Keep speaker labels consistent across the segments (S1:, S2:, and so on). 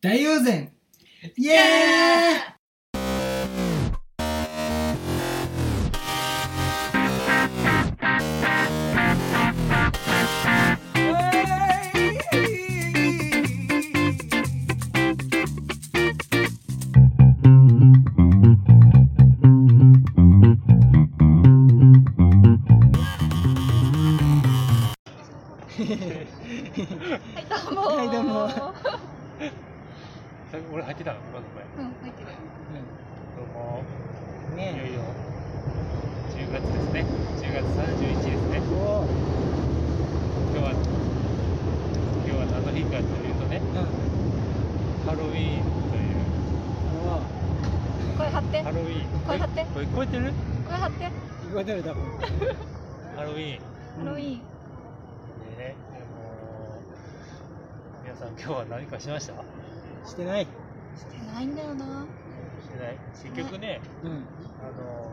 S1: 大友禅イエ
S2: はい、どうも。
S1: はいどうも
S3: 最後俺入ってたの今の前
S2: うん、入ってる。
S3: どうも
S1: ーイ
S3: いよ
S1: ね
S3: いよ10月ですね10月31日ですね
S1: えおー
S3: 今日は今日は何の日かというとね
S1: うんお
S3: ハロウィーンという
S1: ー
S2: 声張って。
S3: ハロウィーン
S2: 声張って
S3: これ聞こえてる
S2: 声張って。
S1: 聞こえてる多分
S3: ハロウィーンね
S2: ハロウィーン。
S3: えもう皆さん今日は何かしました
S1: してない
S2: してないんだよな。
S3: してない結局ね
S1: うんうん
S3: あの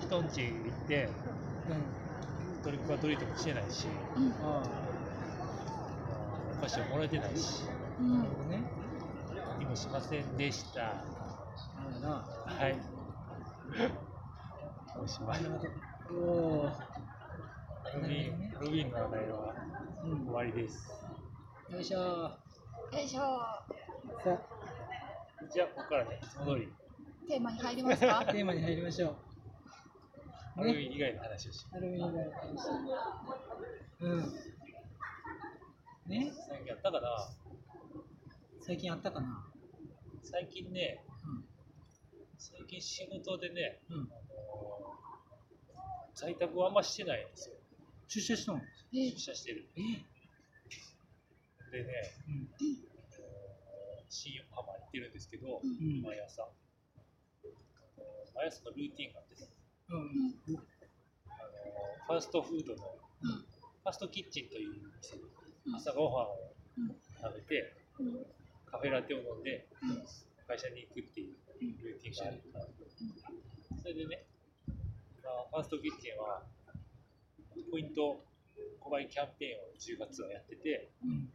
S3: 人んち行ってトリックはトリートもしてないし
S2: うん、
S1: あ
S3: お菓子をもらえてないし
S2: うん、
S1: あね
S3: 何もしませんでした
S1: あるな
S3: はい。おしまい。ハ
S1: おー
S3: ロウィン、ハロウィンの話題は
S1: うん
S3: 終わりです。
S1: よいしょー
S2: よいしょ
S1: さ
S3: じゃあ、ここからね、いつも通り、
S2: ー。テーマに入りますか
S1: あ。テーマに入りましょ
S3: ハ
S1: う
S3: ロウ
S1: ね
S3: ィン以外の話をし
S1: ハロウィン以外の話うんね
S3: 最近やったかな
S1: 最近あったかな
S3: 最近ね、最近仕事でね、
S1: うん、うん、
S3: あのー在宅をあんましてないんですよ。
S1: 出社したの
S2: え
S3: 出社してる。
S1: え
S3: でね、
S1: うん
S3: 新横浜行ってるんですけど、
S2: うん
S1: うん
S3: 毎朝。あのー毎朝のルーティンがあってね、
S1: うん
S3: あのーファーストフードの
S2: うん、
S3: ファーストキッチンという店で
S2: うん
S3: 朝ごはんを
S2: うん
S3: 食べて、
S2: うん、
S3: カフェラテを飲んで
S2: うん、
S3: 会社に行くっていうルーティンがあるから、それでね、まあ、ファーストキッチンはポイント5倍キャンペーンを10月はやってて
S1: うん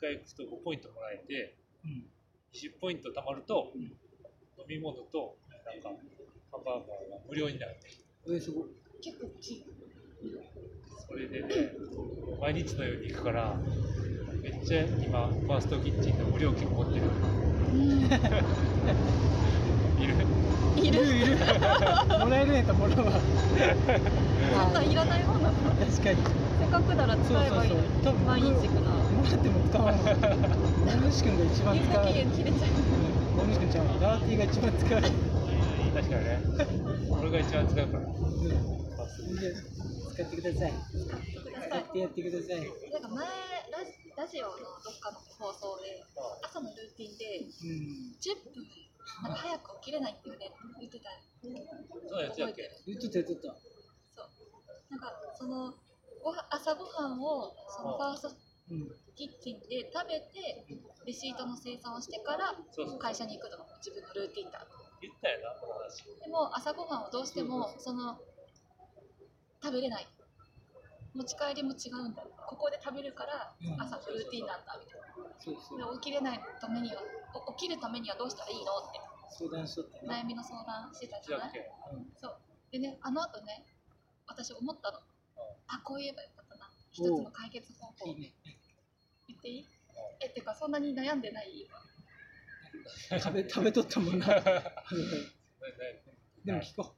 S3: 1回行くと5ポイントもらえて
S1: うん
S3: 20ポイント貯まると
S1: うん
S3: 飲み物となんかハンバーガーが無料になる
S1: えすごい
S2: 結構大きい。
S3: それでね毎日のように行くからめっちゃ今ファーストキッチンの無料券持ってる
S2: う
S3: い
S2: ん、
S3: る
S2: い る。
S1: いるもらえるんやったらもらうわ
S2: そんなんいらないもの。
S1: 確かに
S2: せっかくなら使えばいいのに
S1: そうそうそう多分
S2: 毎日行くな。
S1: もらっても使わんわ野口くんが一番
S2: 有
S1: 使
S2: 効
S1: わ
S2: 期
S1: ない
S2: 限切れちゃう。
S1: 野口くんちゃうわダーティーが一番使わない
S3: 確かにね俺が一番使うか
S1: う
S3: ら
S1: ん
S3: ファースト
S1: いいよ使ってください使ってやってください
S2: なんか前ラジラジオのどっかの放送で朝のルーティンで
S1: うん
S2: 10分なんか早く起きれないっていうね言ってた
S3: そうやつ
S2: 覚
S3: やっ
S2: えて
S3: け
S2: る。
S1: 言っとった言っとった
S2: そう。なんかそのごは朝ごはんをそのファースト
S1: うん
S2: キッチンで食べてレシートの生産をしてから
S3: そうそう
S2: 会社に行くのが自分のルーティンだ
S3: 言ったよなこの話
S2: でも朝ごはんをどうしてもその食べれない持ち帰りも違うんだここで食べるから
S1: うん
S2: 朝のルーティンなんだみたい
S1: そうそう
S2: なで起きれないためにはお起きるためにはどうしたらいいのって
S1: 相談しとったよな
S2: 悩みの相談してたじ
S3: 言
S2: ゃ
S3: っ
S2: ない
S3: たっけ
S2: そうでねあの後ね私思ったのあこう言えばよかったな一つの解決方
S1: い
S2: 法
S1: いね
S2: 言っていいえってかそんなに悩んでない
S1: 食べ食べとったもんなはいはいでも聞こ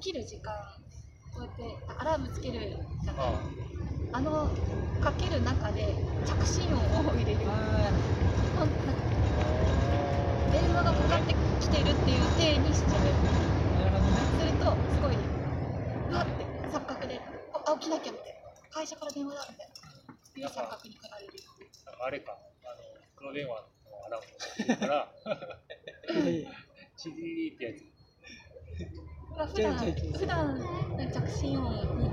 S2: 起きる時間こうやってアラームつけるじゃ
S3: あ
S2: ないあのかける中で着信音を入れる
S1: うあ
S2: ほんなんか電話がかかってきてるっていう体にしてる
S1: あなるほどね
S2: するとすごいうわって錯覚でああ起きなきゃみたいな会社から電話だみたいないう錯覚に駆られる
S3: なんかあれかあの黒電話のアラームをしてるから
S1: いやいや
S3: チリーってやつ
S2: これは普
S1: じゃあ
S2: 段
S1: じゃあじゃあ
S2: 普段なんか着信音に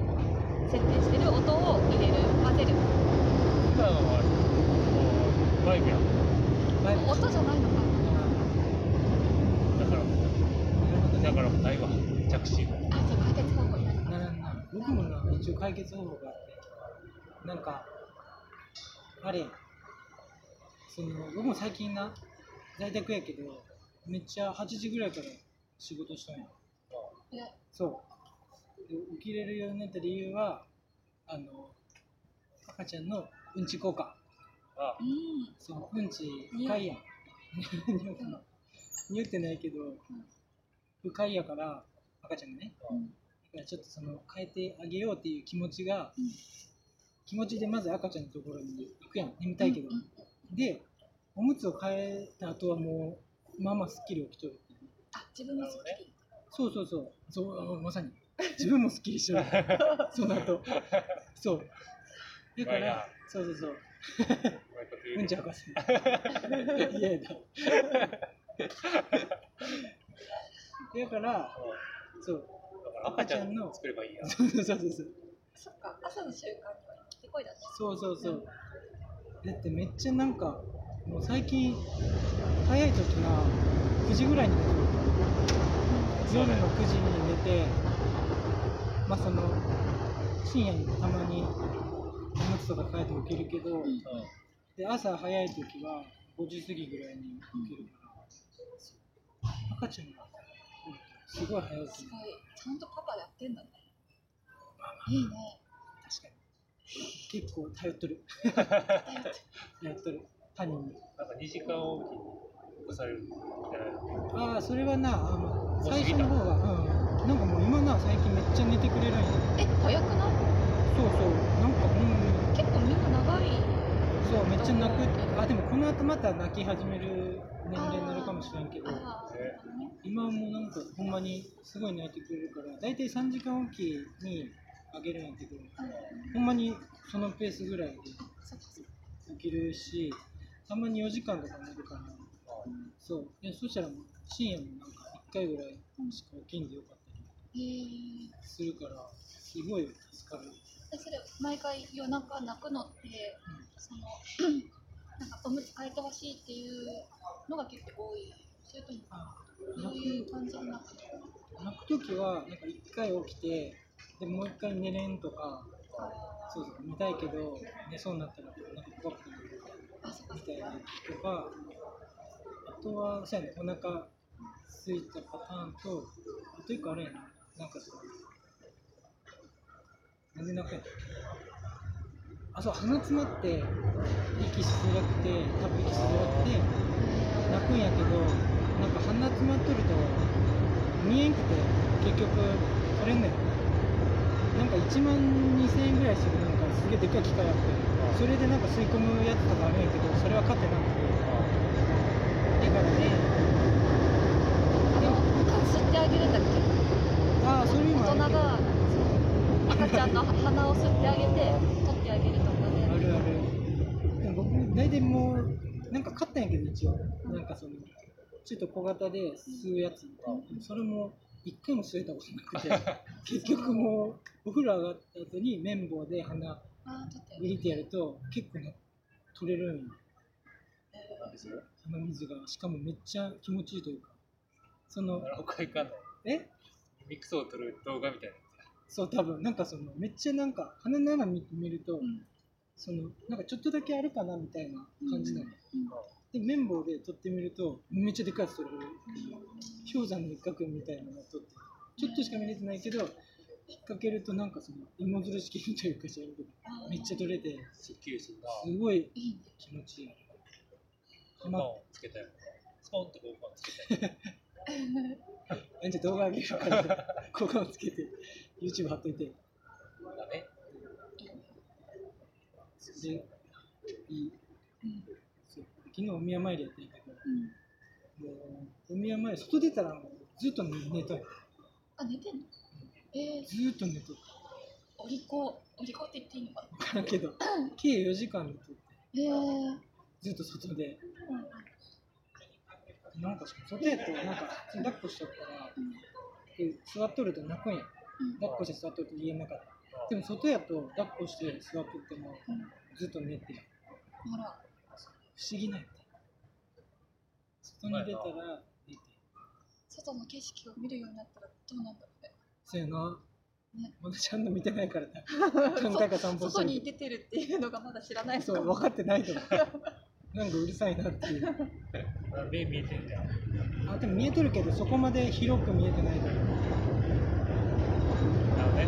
S2: 設定してる音を入れる混ぜる
S3: 普段はこうバイクや
S1: バイバイ
S2: 音じゃないのか
S3: だからだからもうないわ着信
S2: あじゃあ解決方法になる
S1: ならんな僕もな一応解決方法があってなんかあれやその僕も最近な在宅やけどめっちゃ8時ぐらいから仕事したんや
S2: いや
S1: そうで起きれるようになった理由はあの赤ちゃんのうんち交換
S3: あ
S2: うん
S1: そのうんち深いやん匂ってない匂ってないけど深いやから赤ちゃんがね
S2: うん
S1: だからちょっとその変えてあげようっていう気持ちが、
S2: うん
S1: 気持ちでまず赤ちゃんのところに行くやん眠たいけど、
S2: うん
S1: でおむつを変えた後はもうまあまあすっきり起きとるっていう
S2: あ自分も好き
S1: そうそうそうそうまさに自分もすっきりしとる その後そうだか
S3: うまいな
S1: らそうそうそう
S3: こういうこと言う
S1: う
S3: ね
S1: んち博士いやいやだだから
S3: うん
S1: そう
S3: だから赤ちゃんの作ればいいや。
S1: そうそうそうそう
S2: そっか朝の習慣にはってこいだね
S1: そうそうそう。だってめっちゃなんか、もう最近、早い時な、9時ぐらいに寝てる
S3: そう
S1: 夜
S3: だ
S1: の
S3: よ
S1: 9時に寝て、まあその、深夜にたまに、おむつとか変えて起きるけど、
S2: うん
S1: で朝早い時は5時過ぎぐらいに起きるから、赤ちゃんが、うんすごい早起き
S2: す
S1: に
S2: ごいちゃんとパパやってんだねいい ね
S1: 確かに。結構頼っとる。頼っとる。他人に。
S3: なんか2時間おきに起こされるみたいな。
S1: ああそれはなあの
S3: 遅す
S1: 最
S3: ぎ
S1: 初
S3: た
S1: の方は、うん、なんかもう今な最近めっちゃ寝てくれるんや
S2: え早くない
S1: そうそうなんかうん
S2: 結構みんな長い
S1: そうめっちゃ泣くあでもこの後また泣き始める年齢になるかもしれんけど
S2: ああ
S3: ね
S2: ね
S1: 今はもうなんかほんまにすごい泣いてくれるから大体3時間おきにあげるんやけどほんまにそのペースぐらいで
S2: そっかそっか
S1: 起きるしたまに4時間とか寝るからそうでそしたらもう深夜もなんか1回ぐらいしか起きんでよかったり
S2: へえ
S1: するからすごい助かる。
S2: でそれ毎回夜中泣くのって、その なんかおむつ変えてほしいっていうのが結構多いそれともどういう感じになってるの
S1: 泣くときは、なんか一回起きて、でもう一回寝れんとか、
S2: か
S1: そうそう、見たいけど、寝そうになったら、なんか怖くなる
S2: あそっか
S1: み
S2: そったか
S1: いな時とか、あとは、そうやね、お腹すいたパターンと、あと一個あれやな、なんかその、なんで泣くんやあ、そう、鼻詰まって、息しづらくて、多分息しづらくて、泣くんやけどなんか鼻詰まっとると見えんくて結局取れんねんなんか1万2000円ぐらいするなんかすげえでっかい機械あってそれでなんか吸い込むやつとかあるんやけどそれは勝てなくてだからね
S2: あの昔ってあげるんだっけ
S1: ああそういうのあ
S2: 大
S1: る
S2: 人
S1: けど
S2: が赤ちゃんの鼻を吸ってあげて取ってあげるとかで、
S1: あるあるでも僕大体もうなんか買ったんやけど一応なんかそのちょっと小型で吸うやつみたいなでもそれも一回も吸えたことなくて結局もうお風呂上がった後に綿棒で鼻
S2: あー取ってあげる
S1: 入れてやると結構な取れるんよ鼻水がしかもめっちゃ気持ちいいというかその
S3: なんかいかんの
S1: え
S3: ミックスを撮る動画みたいな。
S1: そう多分なんかそのめっちゃなんか鼻の穴見見ると、
S2: ん
S1: そのなんかちょっとだけあるかなみたいな感じなの、で綿棒で取ってみるとめっちゃでかいやつ取れる氷山の一角みたいなのが取ってちょっとしか見れてないけど引っ掛けるとなんかその芋づる式みたいな感じで
S2: あー
S1: めっちゃ取れて
S3: すっきりするな。
S1: すごい
S2: いいね
S1: 気持ちいい
S3: パンをつけたいもんね。スポンとこうパンつけたい。
S1: あじゃあ動画上げるから効果をつけて YouTube 貼っといて
S3: だね。
S1: でいい
S2: うん
S1: そう昨日お宮参りやっていたから
S2: うん
S1: もうお宮参り外出たらもうずっと寝とる
S2: あ寝てんのえー、
S1: ずーっと寝とる
S2: お利口お利口って言っていいのかな
S1: 分からんけど計4時間寝とって
S2: えー、うん
S1: ずっと外で
S2: うん
S1: なんか外やとなんか普通に抱っこしちゃうから
S2: うん
S1: で座っとると泣くんや
S2: うん
S1: 抱っこして座っとると言えなかったでも外やと抱っこして座っとっても
S2: うん
S1: ずっと寝てる
S2: ほら
S1: 不思議なんやって外に出たら寝て
S2: 外の景色を見るようになったらどうなんだろうね
S1: そうやな
S2: ね
S1: まだちゃんと見てないからな何回か散歩して
S2: 外
S1: る
S2: に出てるっていうのがまだ知らないの
S1: そう
S2: か
S1: 分
S2: も
S1: かってないと思うなんかうるさいなっていう
S3: あ目見えてるじゃん。
S1: あでも見えとるけどそこまで広く見えてないから、うん
S3: なるほどね。い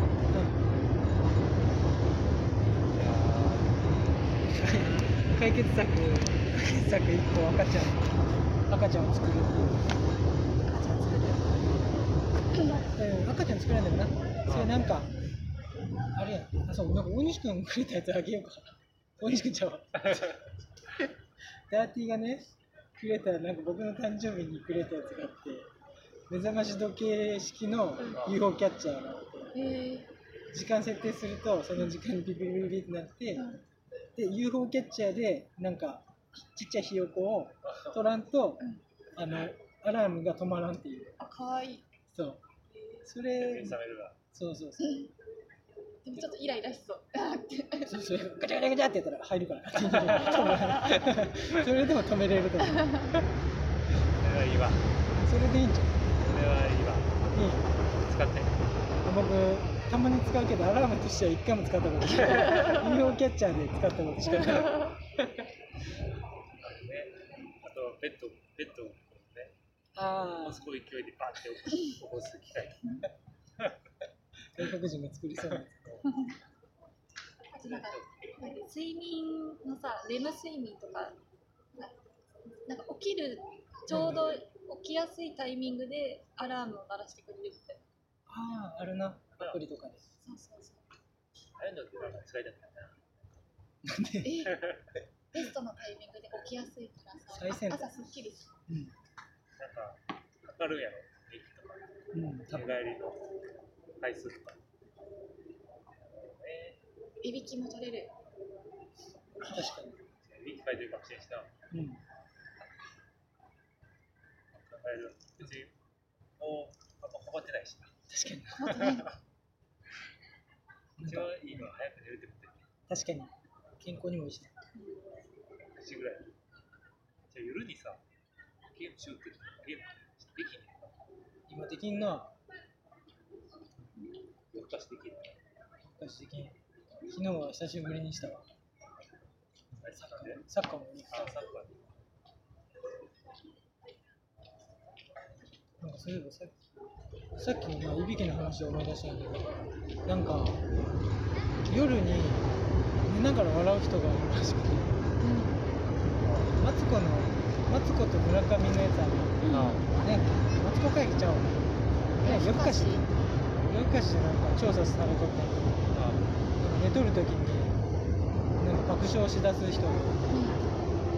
S3: や
S1: 解決策解決策1個赤ちゃん赤ちゃんを作るって
S2: 赤ちゃん作る
S1: いう、うん、赤ちゃん作らんでもなそれなんかあれやあそうなんか大西君くれたやつあげようか大西君ちゃうわダーティがねくれたなんか僕の誕生日にくれたやつがあって目覚まし時計式の UFO キャッチャーがあって
S2: え
S1: 時間設定するとその時間にビビビビビってなって、
S2: ーうん
S1: で UFO キャッチャーでなんかちっちゃいひよこを取らんと、
S2: うん
S1: あのアラームが止まらんっていう
S2: あ可愛い
S1: そうそ
S3: ー
S1: れ
S3: 目覚めるな。
S1: そうそう
S2: う
S1: そうん
S2: でもちょっとイライラしそうあーって
S1: そうそれガチャガチャガチャってやったら入るから止まるそれでも止めれると思う
S3: それはいいわ。
S1: それでいいんじゃん
S3: それはいい
S1: い
S3: わ。
S1: い
S3: 使って。
S1: 僕たまに使うけどアラームとしては一回も使ったことない UFO キャッチャーで使ったことしかない
S3: あれね。あと、ベッド、ベッドをこうね、
S1: あ
S3: すごい勢いでバーって起こす機械。
S1: 外国人が作りそうなや
S2: あとなんかなんか睡眠のさレム睡眠とかななんか起きるちょうど起きやすいタイミングでアラームを鳴らしてくれるみたいな
S1: あああるなアプリとかで
S2: そうそうそう
S3: ああいうのってなんか使いたくないな。
S2: えベストのタイミングで起きやすいからさ
S1: 最先端
S2: 朝すっきりする
S1: うん
S3: なんか、かかるんやろ。駅とか、
S1: うん
S3: 寝
S1: 多分
S3: 返りの回数とか。え
S2: いびきも取れる
S1: 確か
S3: ー、駅書いてるかもしれんしな。
S1: にうん
S3: 考える。別に、もう、あんま困ってないしな。
S1: 確かに
S2: 困ってないの
S3: 一番いいのは早く寝るってことやね。
S1: 確かに健康にもいいしね
S3: 9時ぐらい。じゃあ夜にさ、ゲームしようって言ったらゲームできんねん
S1: 今できん
S3: な。
S1: な
S3: 夜更かしできんねん。
S1: 私できん昨日は久しぶりにしたわ
S3: あれ、なんで
S1: サッカーもね
S3: あ、サッカーで。
S1: なんかそういえばささっきのまあいびきの話で思い出したんだけどなんか夜に寝ながら笑う人がいるらしくてマツコのマツコと村上のやつある
S2: うん
S3: あ
S1: ねマツコ会議ちゃうわね夜更かし夜更かしでなんか調査されとったんや
S3: あ、
S1: けど寝とる時になんか爆笑しだす人が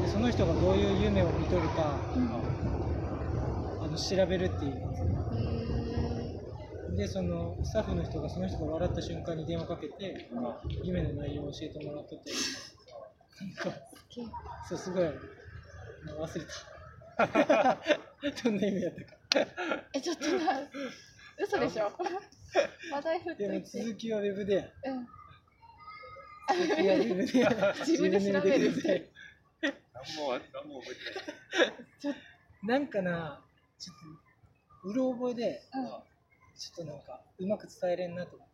S1: でその人がどういう夢を見とるか
S2: うんうん
S1: あの調べるっていうや
S2: へ
S1: つでそのスタッフの人がその人が笑った瞬間に電話かけて
S3: あ、
S1: 夢の内容を教えてもらっとってなんか
S2: ー
S1: そうすごい忘れた どんな夢やったか
S2: えちょっとな嘘でしょ話題振っと
S1: でも
S2: いて
S1: 続きはウェブでや
S2: うん
S1: 続きはウェブでや
S2: 自分で調べ
S1: 自分で
S2: るって
S1: 見て
S3: なんも、なんも覚えてない。
S1: なんかなちょっとうろ覚えで
S2: うん
S3: あ
S1: ちょっとなんかうまく伝えれんなと思って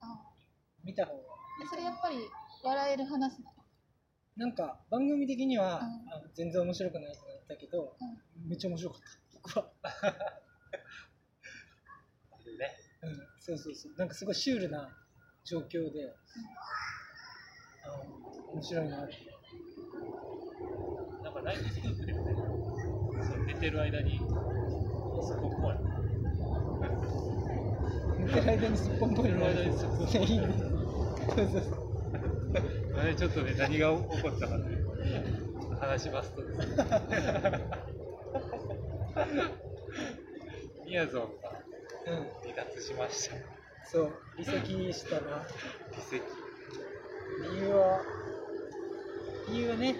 S2: あ
S1: 見た方が
S2: えそれやっぱり笑える話なの
S1: なんか番組的には、
S2: うん
S1: あの全然面白くないとなったけど、めっちゃ面白かった僕は、
S3: あれね。
S1: うん、そうそうそうなんかすごいシュールな状況で、あの面白い なって
S3: なんか、ライフスクープでもね、そう寝てる間に、そここうや。
S1: 寝てる間にすっぽんぽんになる
S3: 寝てる間にすっぽんぽん
S1: いいねそうそうそう
S3: あれ、ちょっとね、何が起こったかというちょっと話しますとですね。みやぞんが
S1: うん
S3: 離脱しました。
S1: そう離席したな
S3: 離席。
S1: 理由は理由はね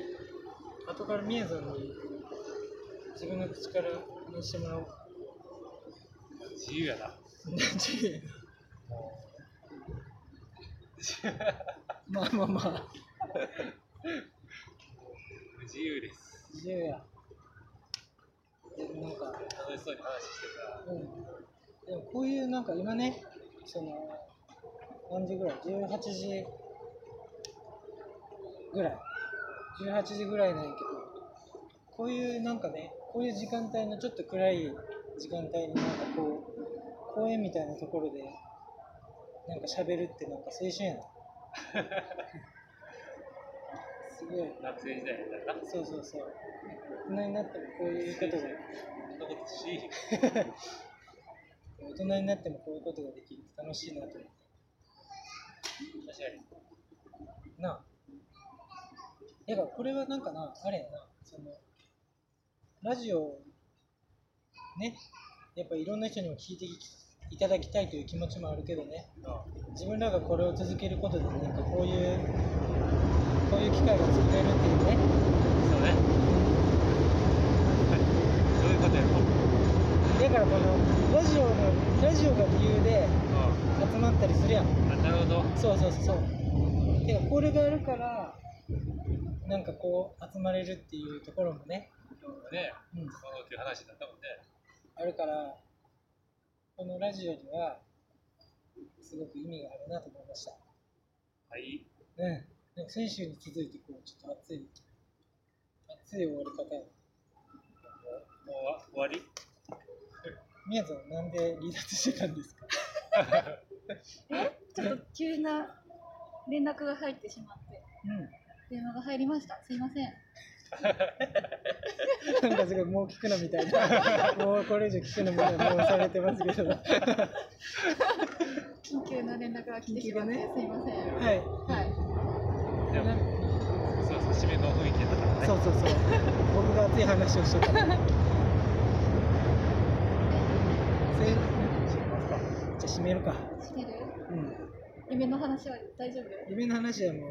S1: 後からみやぞんに自分の口から話してもらおう
S3: 自由やな。
S1: 自由
S3: もう
S1: まあまあまあ
S3: 自由です。
S1: 自由やでもなんか
S3: 楽しそうに話してるから。
S1: うん、でもこういうなんか今ね、その何時ぐらい、18時ぐらい、 18時ぐらいなんやけどこういうなんかねこういう時間帯のちょっと暗い時間帯になんかこう公園みたいなところでなんか喋るってなんか青春やなすごい
S3: 学生時代みたいな。
S1: そうそうそう大人になってもこういうことが
S3: そんなことしい。
S1: 大人になってもこういうことができるって楽しいなと思っ
S3: 確かに。
S1: てなあだからこれはなんかなあれやなそのラジオねやっぱいろんな人にも聞いていただきたいという気持ちもあるけどね
S3: あ
S1: 自分らがこれを続けることでなんかこういうこういう機会が作れるっていうね
S3: そうね。どういうことやろ
S1: だからこのラジオのラジオが理由で集まったりするやん
S3: あ、なるほど。
S1: そうそうそうそう。てかこれがあるからなんかこう集まれるっていうところもね、
S3: ね、
S1: うん、
S3: そのっていう話だったもんね。
S1: あるからこのラジオにはすごく意味があるなと思いました。
S3: はい。
S1: うん。なんか先週に続いてこうちょっと熱い熱い終わり方や。
S3: もう終わり
S1: みやさんなんで離脱してたんですか。
S2: ちょっと急な連絡が入ってしまっ
S1: う
S2: て、電話が入りました。すいませ
S1: ん。
S2: ん。
S1: なんかすごいもう聞くなみたいな。 もうこれ以上聞くのみたいなもうされてますけど。
S2: 緊急な連絡が来てしまって、
S1: 緊急だね
S2: すいません。
S1: はい。
S2: はい。
S3: でも、そうそう、締めの雰囲気やったからね。
S1: そうそうそう。僕が熱い話をしとった。 せじゃあ閉めるか。
S2: してる
S1: うん。
S2: 夢の話は大丈夫
S1: 夢の話はもう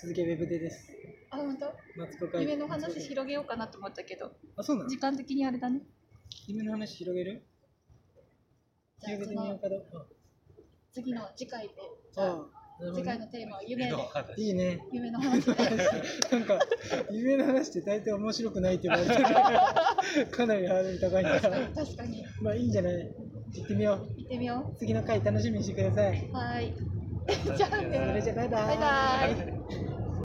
S1: 続けウェブでです。
S2: あ、本当
S1: マツコ会
S2: 夢の話広げようかなと思ったけど、
S1: あ、そうなの
S2: 時間的にあれだね。
S1: 夢の話広げる
S2: じゃあ
S1: 広げてみようかどうか。
S2: 次の次回で、じゃあ
S1: ああ、なるほど
S2: 次回
S1: ね。
S2: のテーマは夢
S3: 夢
S2: で
S3: の、話。
S1: いいね。
S2: 夢の話で。
S1: なんか、夢の話って大体面白くないって言われてるから、かなりハードル高いか。
S2: 確からに、確かに。
S1: まあいいんじゃない行ってみよ
S2: 行ってみよ
S1: う。次の回楽しみにしてください。
S2: う。はーい。
S3: じ
S2: じゃあね
S1: そ れじゃあバイバ
S2: バイバーイ。
S3: イ。